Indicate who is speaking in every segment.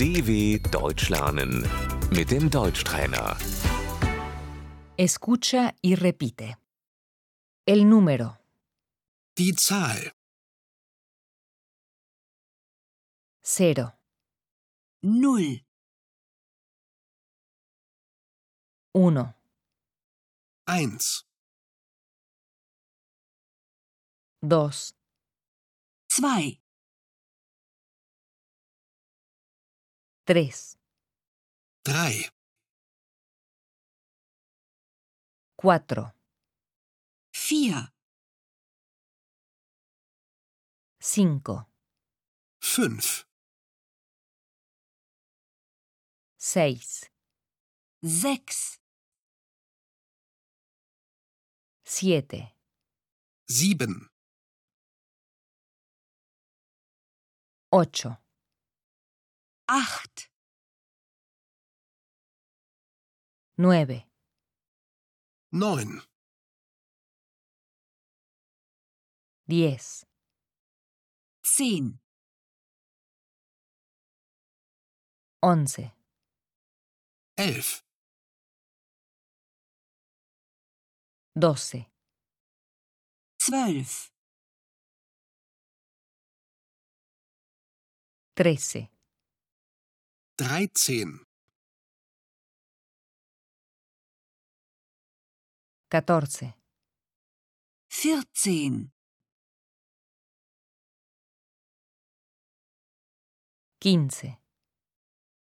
Speaker 1: DW Deutsch lernen mit dem Deutschtrainer.
Speaker 2: Escucha y repite. El número
Speaker 3: Die Zahl
Speaker 2: 0,
Speaker 4: Null,
Speaker 2: 1,
Speaker 3: 1,
Speaker 2: 2,
Speaker 4: zwei,
Speaker 2: 3,
Speaker 3: 3,
Speaker 2: 4,
Speaker 4: vier,
Speaker 2: 5,
Speaker 3: 5,
Speaker 2: 6,
Speaker 4: sechs,
Speaker 2: 7,
Speaker 3: 7,
Speaker 2: 8,
Speaker 4: acht,
Speaker 2: 9,
Speaker 3: 9,
Speaker 2: 10,
Speaker 4: zehn,
Speaker 2: 11,
Speaker 3: 11,
Speaker 2: 12,
Speaker 4: zwölf,
Speaker 2: 13,
Speaker 3: 13,
Speaker 2: 14,
Speaker 4: vierzehn,
Speaker 2: 15,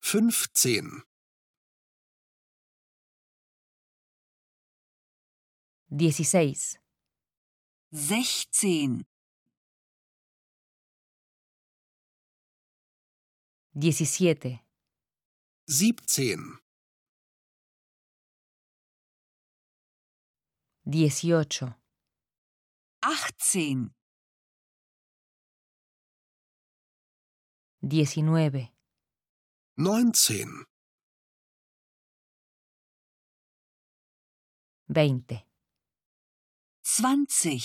Speaker 3: 15,
Speaker 2: 16,
Speaker 4: sechzehn,
Speaker 2: 17,
Speaker 3: 17,
Speaker 2: 18,
Speaker 4: achtzehn,
Speaker 2: 19,
Speaker 3: 19,
Speaker 2: 20.
Speaker 4: zwanzig.